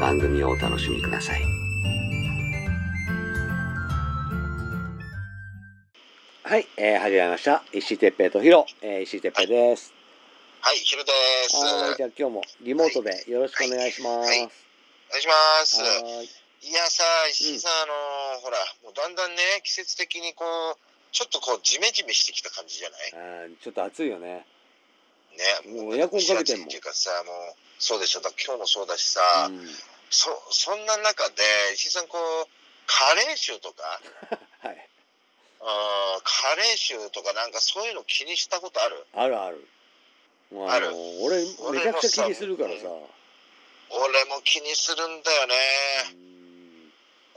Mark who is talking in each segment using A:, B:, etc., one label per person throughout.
A: 番組をお楽しみください。はい、えー、始まりました。石井哲平とヒロ、えー、石井哲平です。
B: はい、ヒロでーす。
A: はい、じゃあ今日もリモートでよろしくお願いします。
B: はいお願いします。
A: はい
B: いやさ、石井さん、あのーほら、もうだんだんね、季節的にこう、ちょっとこう、ジメジメしてきた感じじゃない
A: あーちょっと暑いよね。
B: ね。
A: もうエアコンかけてんもん
B: 蒸し暑いっていうかさ、もう、そうでしょ、だ今日もそうだしさ、
A: うん、
B: そ、そんな中で、石井さん、こう、カレー臭とか、
A: はい、
B: うんカレー臭とかなんかそういうの気にしたことある
A: あるある。もう
B: ある
A: の俺めちゃくちゃ気にするからさ。
B: 俺も気にするんだよね。
A: うん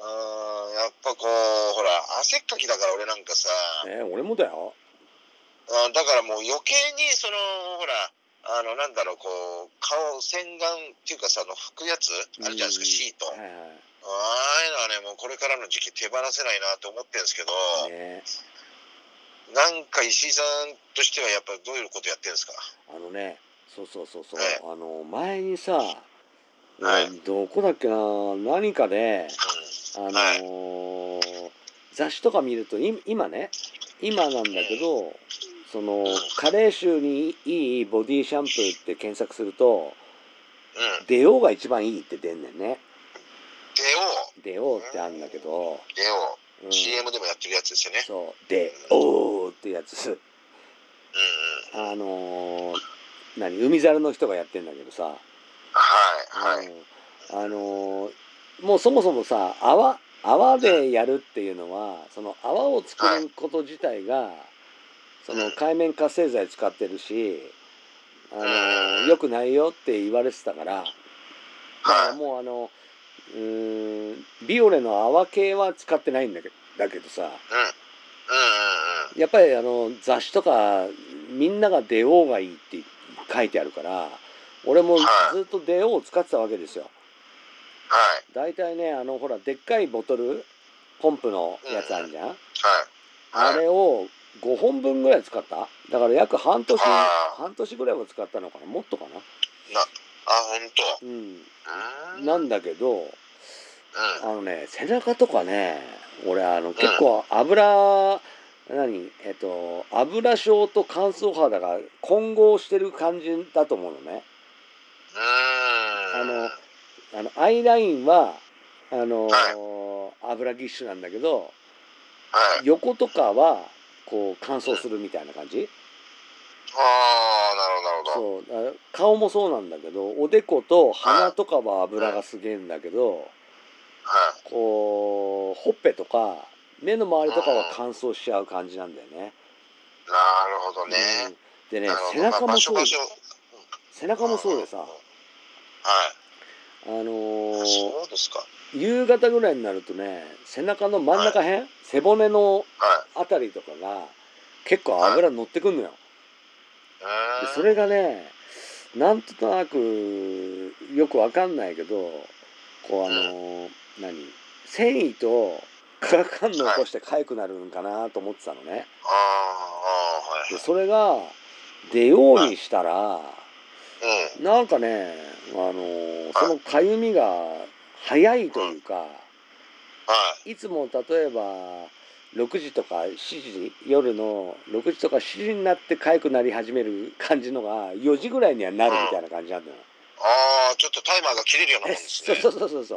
B: うん、やっぱこう、ほら、汗っかきだから俺なんかさ、
A: ね、俺もだよ。
B: あだからもう余計にそのほらあのなんだろうこう顔洗顔っていうかさあの拭くやつあるじゃないです
A: うん
B: かシート
A: はい
B: あ
A: は
B: あいうのはねもうこれからの時期手放せないなと思ってるんですけど、
A: い。ね、
B: なんか石井さんとしてはやっぱりどういうことやってるんですか
A: あのね、そうそうそうそう
B: は。
A: あの前にさ、
B: はい
A: どこだっけな、何かで、あのー雑誌とか見るとい今ね、今なんだけど、その加齢臭にいいボディシャンプーって検索すると、
B: うん、うん、
A: 出ようが一番いいって出んねんね。
B: 出よ
A: 出ようってあるんだけど、
B: う出よ
A: う
B: う、
A: ん
B: CM でもやってるやつですよね
A: そう、出ようってやつ。
B: うんうん
A: あのー何海猿の人がやってんだけどさ、
B: はいはい、
A: あのあのーもうそもそもさ泡泡でやるっていうのはその泡を作ること自体が、その海面活性剤使ってるし、あのー
B: うん
A: 良くないよって言われてたからだから
B: はい
A: もうあのうーんビオレの泡系は使ってないんだけどだけどさ
B: うんうん
A: やっぱりあの雑誌とかみんなが出ようがいいって書いてあるから俺も
B: はい
A: ずっと出ようを使ってたわけですよ。
B: は
A: 大
B: い
A: 体ねあのほらでっかいボトルポンプのやつあるじゃん、
B: はい
A: あれを5本分ぐらい使っただから約半年
B: あー
A: 半年ぐらいは使ったのかなもっとかな
B: あ本当
A: う
B: うんん
A: なんだけど
B: うん
A: あのね背中とかね俺あの結構油、何えっと油症と乾燥肌が混合してる感じだと思うのね
B: あ
A: の
B: うん
A: あのアイラインはあの
B: は
A: 油ぎっしゅなんだけど
B: はい。
A: 横とかはこう乾燥するみたいな感じ、
B: ああ、なるほど、
A: そ
B: なるほど。
A: うだから顔もそうなんだけどおでこと鼻とかは油がすげえんだけど
B: はい。
A: こうほっぺとか目の周りとかは乾燥しちゃう感じなんだよね。
B: なるほどね。
A: うんでね
B: なるほど
A: 背中
B: まあ
A: も
B: 場所
A: そう
B: 場所
A: 背中もそうでさ
B: ん
A: あ
B: んはい。
A: の
B: あ
A: ー
B: そうですか。
A: 夕方ぐらいになるとね背中の真ん中辺背骨の
B: は
A: あたりとかが結構油乗ってくんのよ。
B: い。う
A: で
B: ーん
A: それがねなんとなくよくわかんないけどこうあの、何繊維と化学反応を起こして痒くなるんかなと思ってたのね。
B: ああ、ああ
A: でそれが出ようにしたら
B: はい。うん。
A: なんかねあのそのかゆみが早いというか
B: はい
A: つも例えば6時とか7時夜の6時とか7時になって痒くなり始める感じのが4時ぐらいにはなるみたいな感じなんだよ。
B: い。ああ、ちょっとタイマーが切れるようなもんです
A: そう
B: ね。
A: そうそうそうそ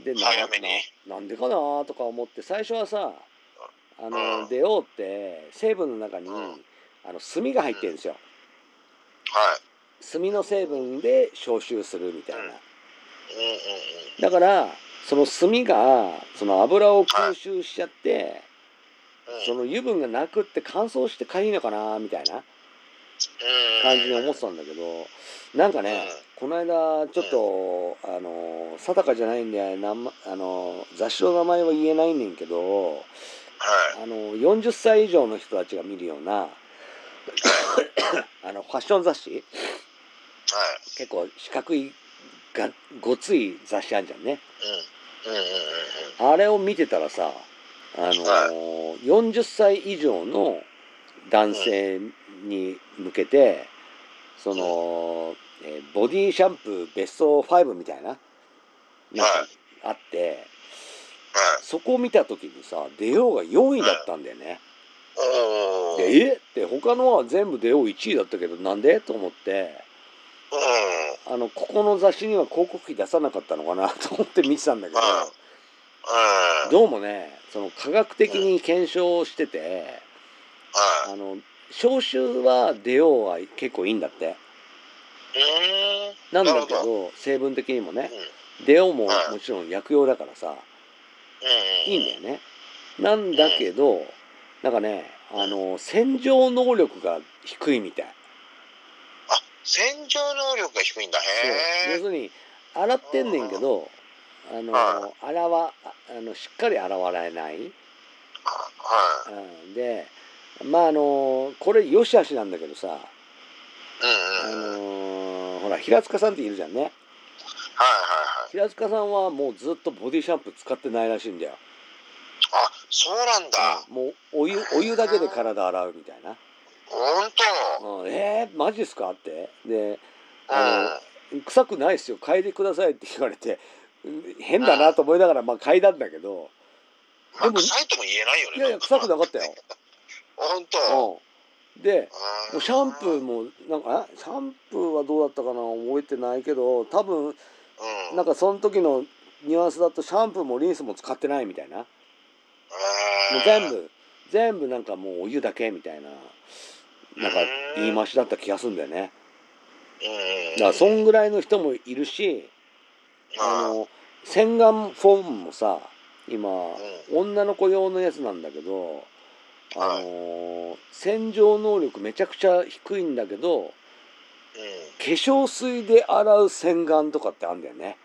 A: うでな
B: 早めに
A: ななんでかなとか思って最初はさあの、
B: うん
A: 出ようって成分の中に、
B: うん
A: あの炭が入ってるんですよ
B: はい。
A: 炭の成分で消臭するみたいな、
B: うんうんうんうん。
A: だからその炭がその油を吸収しちゃって、
B: うん
A: その油分がなくって乾燥してかゆいのかなみたいな感じに思ってたんだけどなんかね、この間ちょっと、あの定かじゃないんでなんまあの雑誌の名前は言えないねんけど
B: はい。
A: あの40歳以上の人たちが見るようなあのファッション雑誌
B: はい。
A: 結構四角いがごつい雑誌あるじゃんね
B: うん。うんうんうんうん。
A: あれを見てたらさあの40歳以上の男性に向けてその、えーボディシャンプーベスト5みたいななんかあって
B: はい。
A: そこを見た時にさ出ようが4位だったんだよね。
B: おお。
A: でえって他のは全部出よう1位だったけどなんでと思って
B: うん。
A: あのここの雑誌には広告費出さなかったのかなと思って見てたんだけど
B: うん。うん。
A: どうもねその科学的に検証してて
B: は
A: あの消臭は出ようは結構いいんだって
B: い。うーん。
A: なんだけ
B: なるほ
A: ど成分的にもね
B: うん。うん
A: 出ようも
B: はい
A: もちろん薬用だからさ
B: うん。
A: いいんだよねなんだけどなんかねあの洗浄能力が低いみたい
B: あ、洗浄能力が低いんだ。
A: そう
B: へ
A: 要
B: え。
A: するに洗ってんねんけどあ
B: は
A: の洗わああのしっかり洗われない、
B: は
A: うん、でまああのこれよし悪しなんだけどさ
B: い。
A: あ
B: うんうんうん。はいはいは
A: の
B: い。
A: ほら平塚さんっているじゃんね平塚さんはもうずっとボディシャンプー使ってないらしいんだよ
B: あ、そうなんだ。
A: もうお湯お湯だけで体洗うみたいな
B: 本
A: 「うん、えー、マジですか?」ってで
B: 当。うん。
A: 「臭くないですよ嗅いでください」って言われてうん変だなと思いながらまあ嗅いだんだけど
B: まあ、
A: でも
B: 臭いとも言えないよね。
A: いやいや臭くなかったよ。
B: 本当。
A: うん、で
B: あ
A: もうシャンプーもなんかえシャンプーはどうだったかな覚えてないけど多分
B: うん。
A: なんかその時のニュアンスだとシャンプーもリンスも使ってないみたいなも
B: えー
A: う全。部全部なんかもうお湯だけみたいななんか言い回しだった気がするんだよね
B: う
A: だ
B: ん。
A: からそんぐらいの人もいるしあの洗顔フォームもさ今
B: う
A: 女の子用のやつなんだけどあの洗浄能力めちゃくちゃ低いんだけど
B: うんうん。化
A: 化粧水で洗う洗顔とかってあんだよね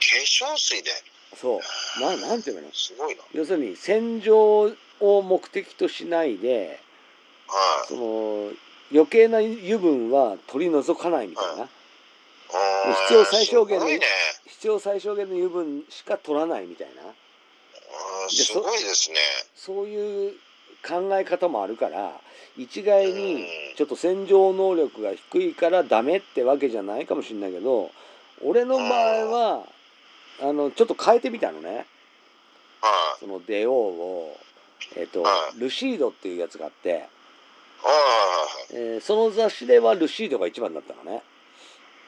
B: 粧水で。
A: そうななんていうの
B: すごいな。
A: 要するに洗浄を目的としないで
B: はい。
A: その余計な油分は取り除かないみたいな
B: あー
A: 必要最小限
B: す
A: の
B: ごいね。
A: 必要最小限の油分しか取らないみたいな
B: あー
A: です
B: ごいですね。
A: そういう考え方もあるから一概
B: うん
A: にちょっと洗浄能力が低いからダメってわけじゃないかもしれないけど俺の場合はあのちょっと変えてみたのね
B: はい。
A: そのデオを、えっと
B: う
A: ルシードっていうやつがあって、
B: あ
A: えーその雑誌ではルシードが一番だったのね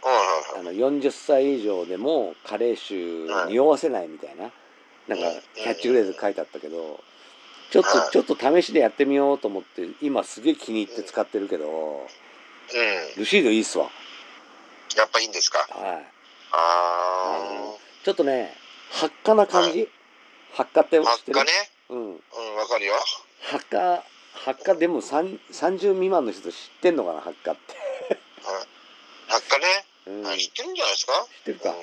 B: あ。はいはい
A: あ
B: はい。
A: の40歳以上でも加齢臭を匂わせないみたいななんかキャッチフレーズ書いてあったけどちょっと
B: はい
A: ちょっと試しでやってみようと思って今すげえ気に入って使ってるけど
B: うん。
A: ルシードいいっすわ
B: やっぱいいんですか。
A: は
B: ああ。
A: いちょっとね発火な感じ発火って知っ
B: 真
A: て
B: っ
A: る
B: 赤ね。
A: うん
B: うん、わかるよ。
A: 発火発火でも3 30未満の人知ってんのかな発火って
B: 真っ赤ね。
A: うん
B: あ知
A: 知
B: ってるんじゃないですか。
A: ってる
B: うん
A: か。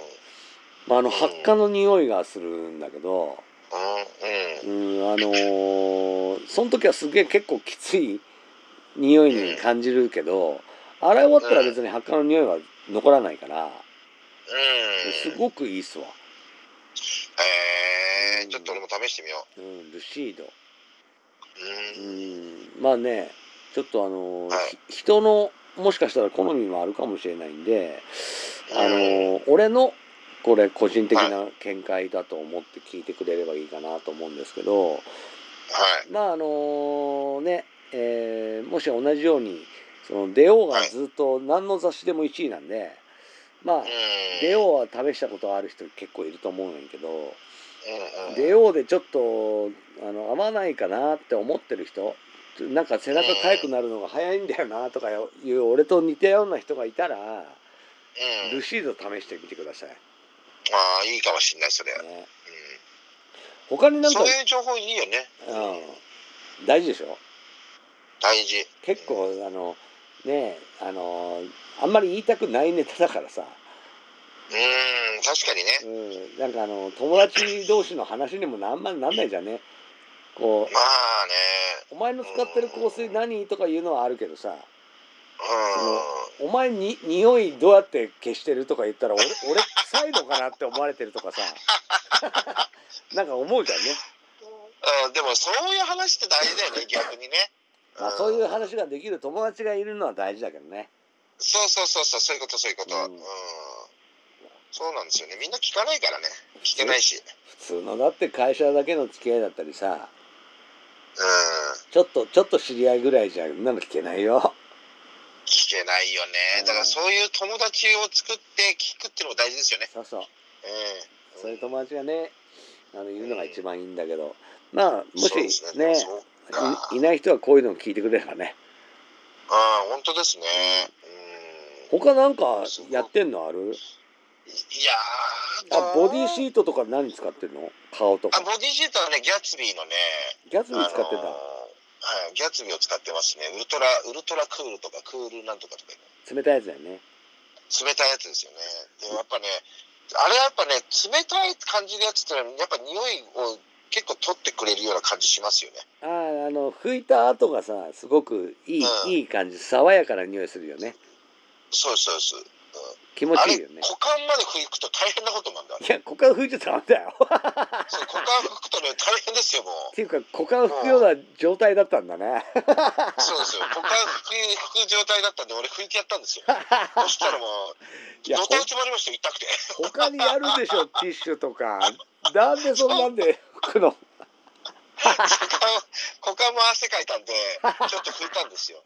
A: まああの発火の匂いがするんだけど
B: うん。うん。
A: うんあのーその時はすげえ結構きつい匂いに感じるけど洗い終わったら別に発火の匂いは残らないから
B: う
A: す
B: ん。
A: ごくいいっすわ、
B: へえー、ちょっと俺も試してみよ
A: うん、ルシード、
B: う。
A: う
B: うん。
A: ん、まあねちょっとあのー
B: はい
A: ひ人のもしかしたら好みもあるかもしれないんであのー俺のこれ個人的な見解だと思って聞いてくれればいいかなと思うんですけど、
B: はい。
A: まああのね、えーもし同じようにその出ようがずっと何の雑誌でも1位なんで、まあ
B: うん。
A: 出ようは試したことある人結構いると思うんやけど
B: うんうん
A: 出ようでちょっとあの合わないかなって思ってる人なんか背中かゆくなるのが早いんだよなとかいう俺と似たような人がいたら
B: う
A: ル
B: ん。
A: シード試してみてください、
B: ああ、いいかもしれない、それ。う
A: ね、
B: ん。
A: 他になんか
B: そういう情報いいよね。
A: うん、大事でしょ
B: 大事。
A: 結構あのねえあのあんまり言いたくないネタだからさ、
B: うん、確かにね。
A: うん、なんかあの友達同士の話にもなんまなんないじゃんねこ
B: まあね。
A: う「お前の使ってる香水何?」とか言うのはあるけどさ
B: う
A: 「お前に匂いどうやって消してる?」とか言ったら俺「俺臭いのかな?」って思われてるとかさ なんか思うじゃんね、
B: ん。うん、でもそういう話って大事だよね、逆にね。
A: まあ、そういう
B: うん
A: 話ができる友達がいるのは大事だけどね
B: そうそうそうそう、そういうこと、そういうこと。
A: う
B: うんん。そうなんですよね。みんな聞かないからね。聞けないし。
A: 普通のだって会社だけの付き合いだったりさ
B: うん。
A: ちょっとちょっと知り合いぐらいじゃんなの聞けないよ。
B: 聞けないよね。だからそういう友達を作って聞くっていうのも大事ですよね。
A: そうそう。
B: うん。
A: そういう友達がね、あのいるのが一番いいんだけど、まあもし
B: そうです
A: ね
B: ね。そうか。
A: いいない人はこういうのを聞いてくれればね。
B: ああ、本当ですね。うん。
A: 他なんかやってんのある？
B: いやー
A: あボディ
B: ー
A: シートとか何使ってるの？顔と
B: ト
A: か。
B: あ、ボディシートはね、ギャツビーのね、
A: ギャツビー使って
B: あ
A: た
B: のー。はい、ギャツビーを使ってますね。ウルトラ、ウルトラクールとか、クールなんとかとか、
A: 冷たいやつだよね。
B: 冷たいやつですよね。で、やっぱね、あれやっぱね、冷たい感じのやつってのは、やっぱ匂いを結構取ってくれるような感じしますよね。
A: あーあの拭いた後がさすごくいい、
B: うん
A: いい感じ爽やかな匂いするよね。
B: そうですそうです。
A: 気持
B: あ
A: ち
B: れ、
A: いいよね。
B: 股間まで拭くと大変なことなんだ。
A: いや股間拭いちゃったらダメだよ。 っ
B: そう股間拭くとね、大変ですよ、もう。
A: ていうか股間拭くような状態だったんだね。
B: そうですよ。股間拭く状態だったんで、俺拭いてやったんですよ。そしたらもう、
A: いや
B: のたうちまりましたよ、痛くて。
A: 他にあるで しょティッシュとかなんでそんなんで拭くの
B: 股間股間も汗かいたんで、ちょっと拭いたんですよ。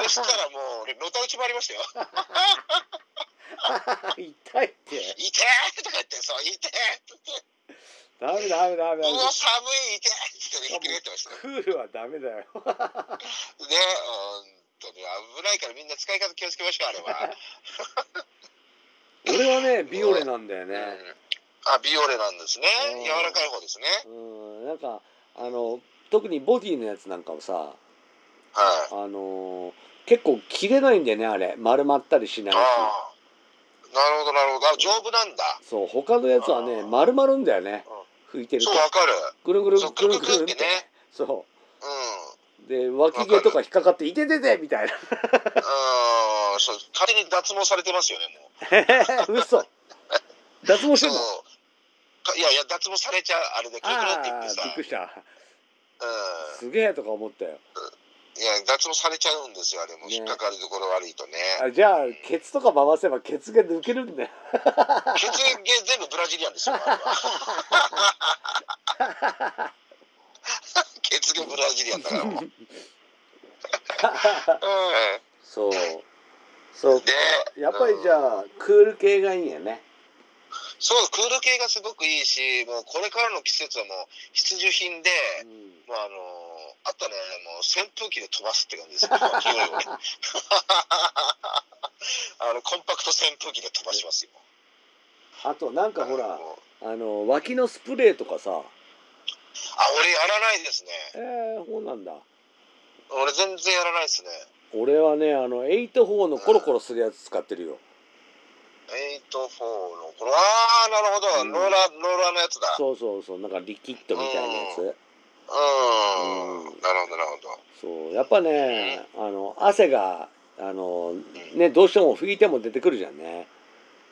B: そしたらもう、俺、のたうちまりましたよ。
A: 痛いって
B: 痛えとか言って、そう、痛えって言って、
A: ダメダメダメダメ
B: うわ、寒い、痛えって言って、ひっくり返ってましたよ。
A: クールはダメだよ
B: ね、本当に危ないからみんな使い方気をつけましょう、あれは。
A: 俺はねビオレなんだよ
B: う
A: ね
B: んあ、ビオレなんですね
A: うん。
B: 柔らかい方ですね。
A: うんなんかあの特にボディのやつなんかをさ
B: はい。
A: あの結構切れないんだよねあれ丸まったりしないし
B: ああ。なるほど、なるほど。あ、丈夫なんだ。
A: そう他のやつはね
B: あー
A: 丸まるんだよね拭いてると
B: そう、わかる。
A: ぐるぐる
B: そう
A: ぐるぐ
B: くる
A: る
B: く
A: っ
B: るっててね
A: そ
B: うん。
A: うで脇毛とか引っかかって「いててて」みたいな
B: あーそう勝手に脱毛されてますよねもう
A: 嘘脱毛して
B: そ
A: んの
B: うかいやいや脱毛されちゃうあれでクルクルって言っ
A: あ
B: て
A: あ
B: さ
A: びっくりした
B: う
A: すげえとか思ったよ
B: んいや脱毛されちゃうんですよあれも
A: ね
B: 引っかかりどころ悪いとね
A: あじゃあケツとか回せばケツが抜けるん だよ
B: 血液全部ブラジリアンですよあれは血液ブラジリアンだからもう、うん、
A: そうそう
B: で
A: やっぱりじゃあクール系がいいんやね
B: そうクール系がすごくいいしもうこれからの季節はもう必需品で、
A: うん
B: もうあのーあとはね、もう扇風機で飛ばすって感じですね、勢いをねあの、コンパクト扇風機で飛ばしますよ。
A: あとなんかほら
B: もう
A: あの脇のスプレーとかさ
B: あ、俺やらないですね。
A: えー、そうなんだ
B: 俺全然やらないですね。
A: 俺はねあの8-4のコロコロするやつ使ってるよ
B: 84の、これ、あー、なるほ
A: う
B: ど、
A: ん
B: ローラー、ローラーのやつだ。う
A: そうそうそうなんかリキッドみたいなやつ
B: ーん
A: うん
B: なるほど、なるほど。
A: そうやっぱねあの汗があのねどうしても拭いても出てくるじゃんね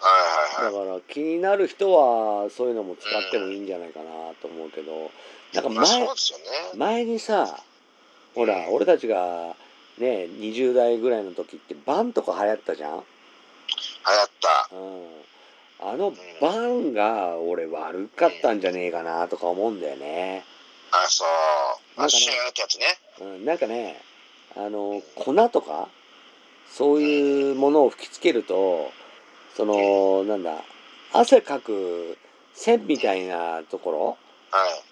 B: はい
A: だ
B: はいはい。
A: から気になる人はそういうのも使ってもいいんじゃないかなと思うけどなんか
B: まあ、そう
A: 前
B: ですよね。
A: 前にさほら俺たちがね20代ぐらいの時ってバンとか流行ったじゃん、うん、
B: 流行った。
A: あのバンが俺悪かったんじゃねえかなとか思うんだよね、
B: あ、そう。
A: な
B: あ、
A: んかね
B: シューってやつね。
A: うん、なんかねあの粉とかそういうものを吹きつけるとそのなんだ汗かく線みたいなところ
B: はい。はい。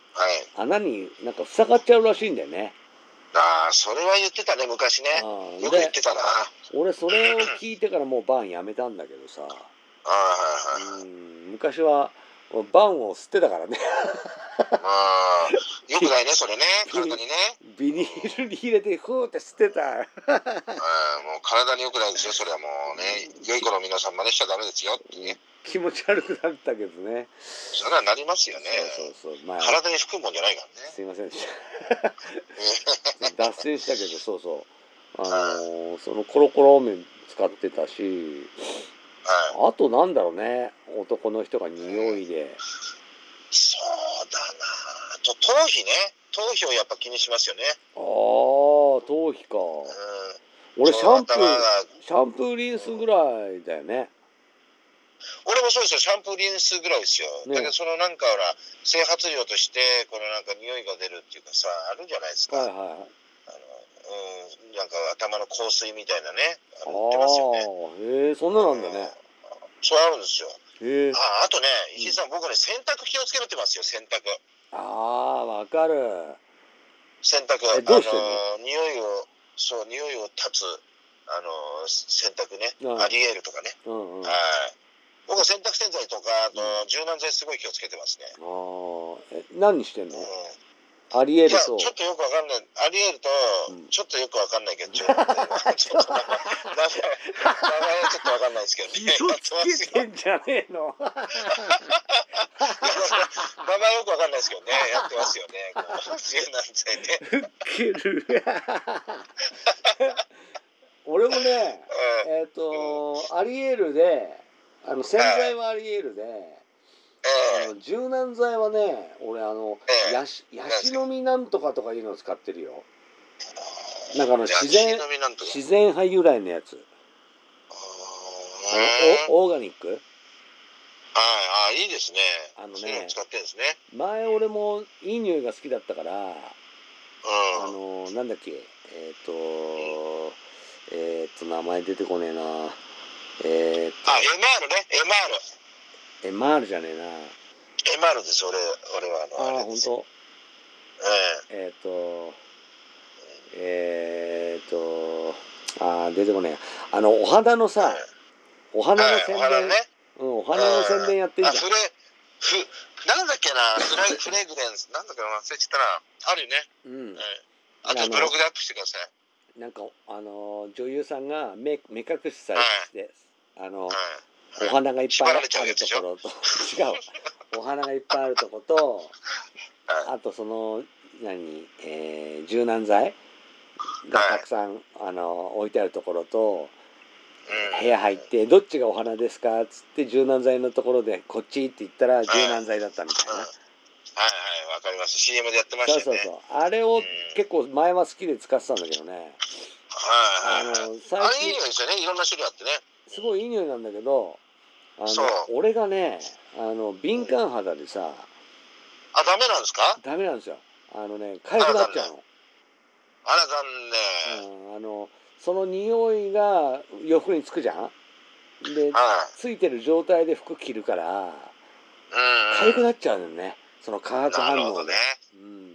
A: 穴になんか塞がっちゃうらしいんだよね。
B: ああ、それは言ってたね、昔ね。
A: うん
B: よく言っ
A: で
B: てたな。はい
A: 俺それを聞いてからもうバンやめたんだけどさ、
B: はいはい。
A: うん、昔はバンを吸ってたからね
B: ああ、よくないね、それね。体にね。
A: ビニールに入れてふーって吸ってた。
B: うん、もう体に良くないですよ、それはもうね。良い子の皆さん真似しちゃダメですよってね。
A: 気持ち悪くなったけどね。
B: それはなりますよね。
A: そうそうそう。まあ、
B: 体に含むもんじゃないからね。
A: すいま せんでした。脱線したけど、そうそう。あのーそのコロコロ麺使ってたし、
B: はい。
A: あとなんだろうね、男の人が匂いで。
B: そうだなあと、頭皮ね。頭皮をやっぱ気にしますよね。
A: ああ、頭皮か。
B: うん。
A: 俺シャンプ
B: そう頭
A: ー、
B: が
A: シャンプーリンスぐらいだよね。
B: 俺もそうですよ、シャンプーリンスぐらいですよ。
A: ね
B: だけど、そのなんかほら、整髪料として、このなんか匂いが出るっていうかさ、あるじゃないですか。
A: はいは
B: あのうん、なんか頭の香水みたいなね、あ
A: い。
B: の売ってますよね。
A: ああ、へえ、そんななんだね。
B: そうあるんですよ。
A: へえ。
B: ああとね、石井さん、僕ね、洗濯気をつけてますよ、洗濯。
A: ああ、わかる。
B: 洗濯。
A: えどうしてんの
B: あの匂いを、そう、匂いを断つ、あの洗濯ね、
A: うん
B: アリエールとかね。
A: うんうん。
B: はい
A: あ。
B: 僕は洗濯洗剤とか、あと柔軟剤すごい気をつけてますね。
A: あー、え、何してん
B: う
A: の
B: ん。
A: アリエー
B: い
A: ル
B: や、ちょ
A: と。
B: っとよくわかんない。アリエルと
A: うん、
B: ちょっとよくわかんないけど、ちょっと名前はちょっとわかんないですけどね。
A: 気をつけてんじゃねえの。
B: 名前よくわかんないですけどね、やってますよね。こ う柔軟剤ね。
A: ける。 俺もね、
B: うん。
A: えっ、と、アリエールで、あの洗剤はアリエールで、あ
B: ええ
A: の柔軟剤はね、俺あの、
B: ええ
A: ヤシヤシの実なんとかとかいうのを使ってるよ。なんかあの
B: いや
A: 自然
B: 血のみなんとか。
A: 自然派由来のやつ。あの
B: あー
A: おオーガニック。
B: はい、あー、いいですね。
A: あのね
B: そういうの使ってるんですね。
A: 前俺もいい匂いが好きだったから、あ
B: うん。
A: のなんだっけ、えっ、と、えっ、と名前出てこねえな。えっ、
B: あ、MR ね、MR。
A: と、えマールじゃねえな。
B: MR です、俺、俺はあの。
A: ああ
B: れで
A: 本
B: す
A: 当。
B: え
A: えっ、と、えっ、と、ああ出てこねえ。あのお肌の
B: え。
A: さ、お花の宣
B: は
A: 伝、
B: いお花ね。
A: うんお花の宣伝やってんじゃ
B: あ、
A: ん。
B: フレ、ふ、なんだっけな、フレ、フレグレンス、なんだっけな、忘れちゃったな。あるよね。
A: うん
B: ええ。あとブログでアップしてください。
A: なんかあの女優さんが目目隠しされて、あの
B: はい。
A: お花がいっぱいあるところと 違うお花がいっぱいあるとこと
B: は
A: あとその何、えー柔軟剤がたくさん、あの置いてあるところと
B: うん
A: 部屋入って「どっちがお花ですか?」っつって柔軟剤のところで「こっち」って言ったら柔軟剤だったみたい
B: うんは
A: な。
B: いはい、わかります。CM でやってま
A: そう
B: した
A: そう
B: よね。
A: そうあれを結構前は好きで使ってたんだけどねあ
B: はいはいはい。
A: の
B: あ
A: 最
B: れ
A: 近
B: いい匂いですよね。いろんな種類あってね。
A: すごいいい匂いなんだけどあ
B: そう
A: の俺がねあの敏感肌でさ
B: あ、ダメなんですか
A: ダメなんですよあのね痒くなっちゃうの
B: あら、残念。
A: うんあのその匂いが洋服につくじゃんで
B: は
A: ついてる状態で服着るから
B: い。うん。
A: 痒くなっちゃうのよねその化学
B: なる
A: 反
B: ほど
A: 応で、
B: ね。
A: うん、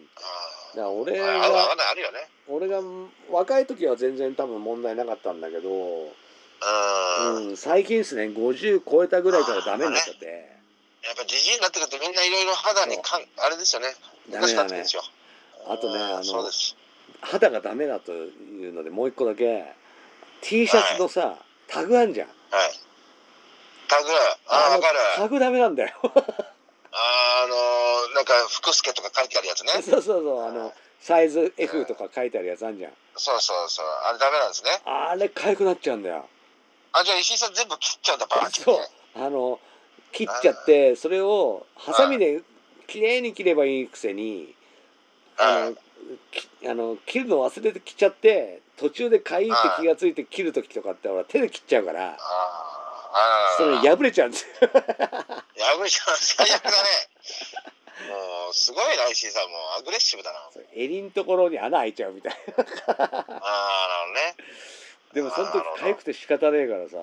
A: だか
B: あ
A: ら俺
B: ーあ合う合わ
A: が
B: ないあるよね。
A: 俺が若い時は全然多分問題なかったんだけど、
B: うん。
A: うん、最近ですね50超えたぐらいからダメになっちゃって
B: やっぱじじいになってくるとみんないろいろ肌にかん、あれですよね。
A: ダ
B: 難
A: メ
B: しか
A: だ
B: った
A: ね
B: ですよ。
A: あとね
B: うん
A: あの
B: そうです。
A: 肌がダメだというのでもう一個だけ T シャツのさ、タグあんじゃん
B: はい。タグ、あー、わか
A: の
B: る。
A: タグダメなんだよ
B: あのー、なんか、福助とか書いてあるやつね。
A: そうそうそうあのサイズ F とか書いてあるやつあんじゃん
B: そうそうそう。あれダメなんですね。
A: あれ痒くなっちゃうんだよ
B: あ、じゃあ石井さん全部切っちゃうんだ、バーって。
A: そうあの切っちゃってそれをハサミで綺麗に切ればいいくせにあのきあの切るの忘れて切っちゃって途中でかいって気がついて切る時とかってほら手で切っちゃうから
B: ああ、
A: それ
B: や
A: 破れちゃうんですよ
B: ぶれちゃう。最悪だね。もう、すごいな、石井さん。もう、アグレッシブだな。
A: それ襟のところに穴開いちゃうみたいな
B: ああ、なる
A: でもその時痒くて仕方ねえからさ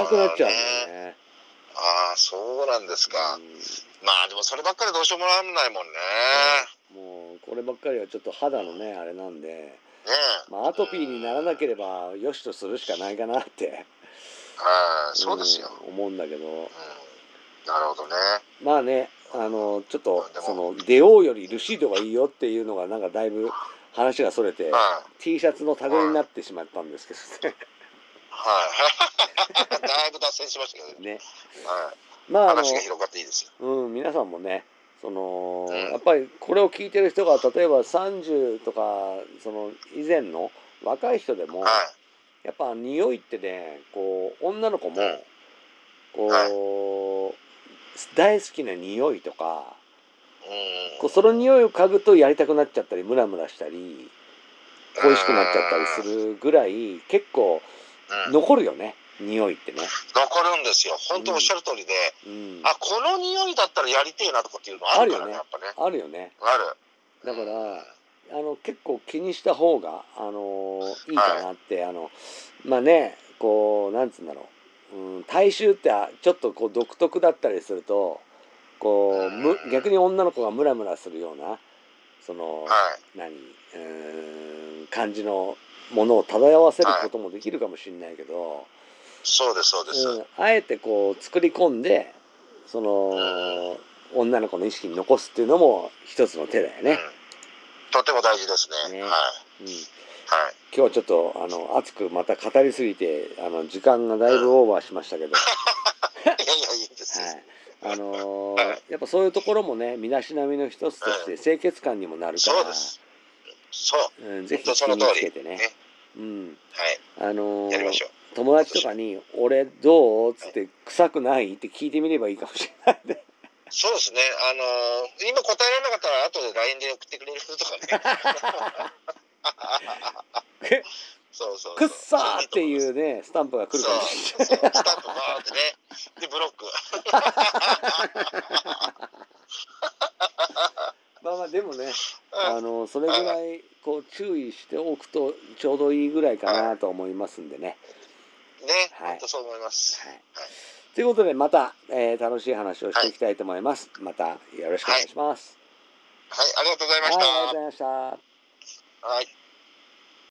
A: 赤くなっちゃうんだよね。
B: ああ、そうなんですか。まあでもそればっかりどうしようもなんないもんね。
A: うんもうこればっかりはちょっと肌のねあれなんで、
B: ねえ。
A: まあ、アトピーにならなければよしとするしかないかなって、
B: ああ、そうですよ。
A: うん思うんだけど
B: うん。なるほどね。
A: まあねあのちょっと
B: でも
A: その出ようよりルシードがいいよっていうのがなんかだいぶ話がそれて
B: うん。はい。
A: T シャツのタグになってしまったんですけどね
B: はい。 だいぶ脱線しましたけどね。
A: ね
B: はい。
A: まああの
B: 話が広がっていいですよ。
A: うん、皆さんもねその、
B: うん
A: やっぱりこれを聞いてる人が例えば30とかその以前の若い人でも、
B: はい。
A: やっぱ匂いってねこう女の子も
B: うん
A: こう、大好きな匂いとか
B: うん。
A: こうその匂いを嗅ぐとやりたくなっちゃったりムラムラしたり恋しくなっちゃったりするぐらい結構
B: うん。
A: 残るよね匂いってね。
B: 残るんですよ。本当おっしゃる通りで、
A: うん、
B: あ、この匂いだったらやりてえなとかっていうのあるからね、や
A: あ
B: っぱね。
A: あるよね。
B: ある。
A: だから
B: うん
A: あの結構気にした方があのーいいかなって、あのまあねこうなんつうんだろう、うん、大衆ってあちょっとこう独特だったりするとこうむ逆に女の子がムラムラするようなその
B: はい。
A: 何うーん感じのものを漂わせることもできるかもしれないけど、
B: そうです、そうです。
A: うん、あえてこう作り込んでその女の子の意識に残すっていうのも一つの手だよ
B: うん
A: ね。
B: とても大事ですね。
A: ね
B: は
A: うん
B: い。はい。
A: 今日はちょっとあの熱くまた語りすぎてあの時間がだいぶオーバーしま したけど、はい
B: やいや、いいですよ。
A: い、あのー
B: はい
A: やっぱそういうところもね身だしなみの一つとして清潔感にもなるか
B: そうです。そう。
A: ら、うん、ぜひ気
B: 本当その
A: に
B: 通り
A: つけてね
B: ね。
A: うん
B: は
A: あの
B: い。やりまし
A: ー
B: ょう。
A: 友達とかに「俺どう?」っつって「臭くない?」って聞いてみればいいかもしれないんで
B: そうですね。あのー今答えられなかったら、後で LINE で送ってくれるとかね。 そうそうそ う。。
A: くっさーっていううねスタンプが来るかもしれない。
B: そうそう。スタンプバーってね。で、ブロック。
A: まあまあでもね
B: うん
A: あのそれぐらいこう注意しておくとちょうどいいぐらいかなと思いますんでね。
B: ね、
A: はい
B: 本当そう思います。
A: はい、ということでまた、えー楽しい話をしていきたいと思います。またよろしくお願いします。
B: はい、ありがとうございま
A: はい、
B: した。
A: ありがとうございました。
B: はい。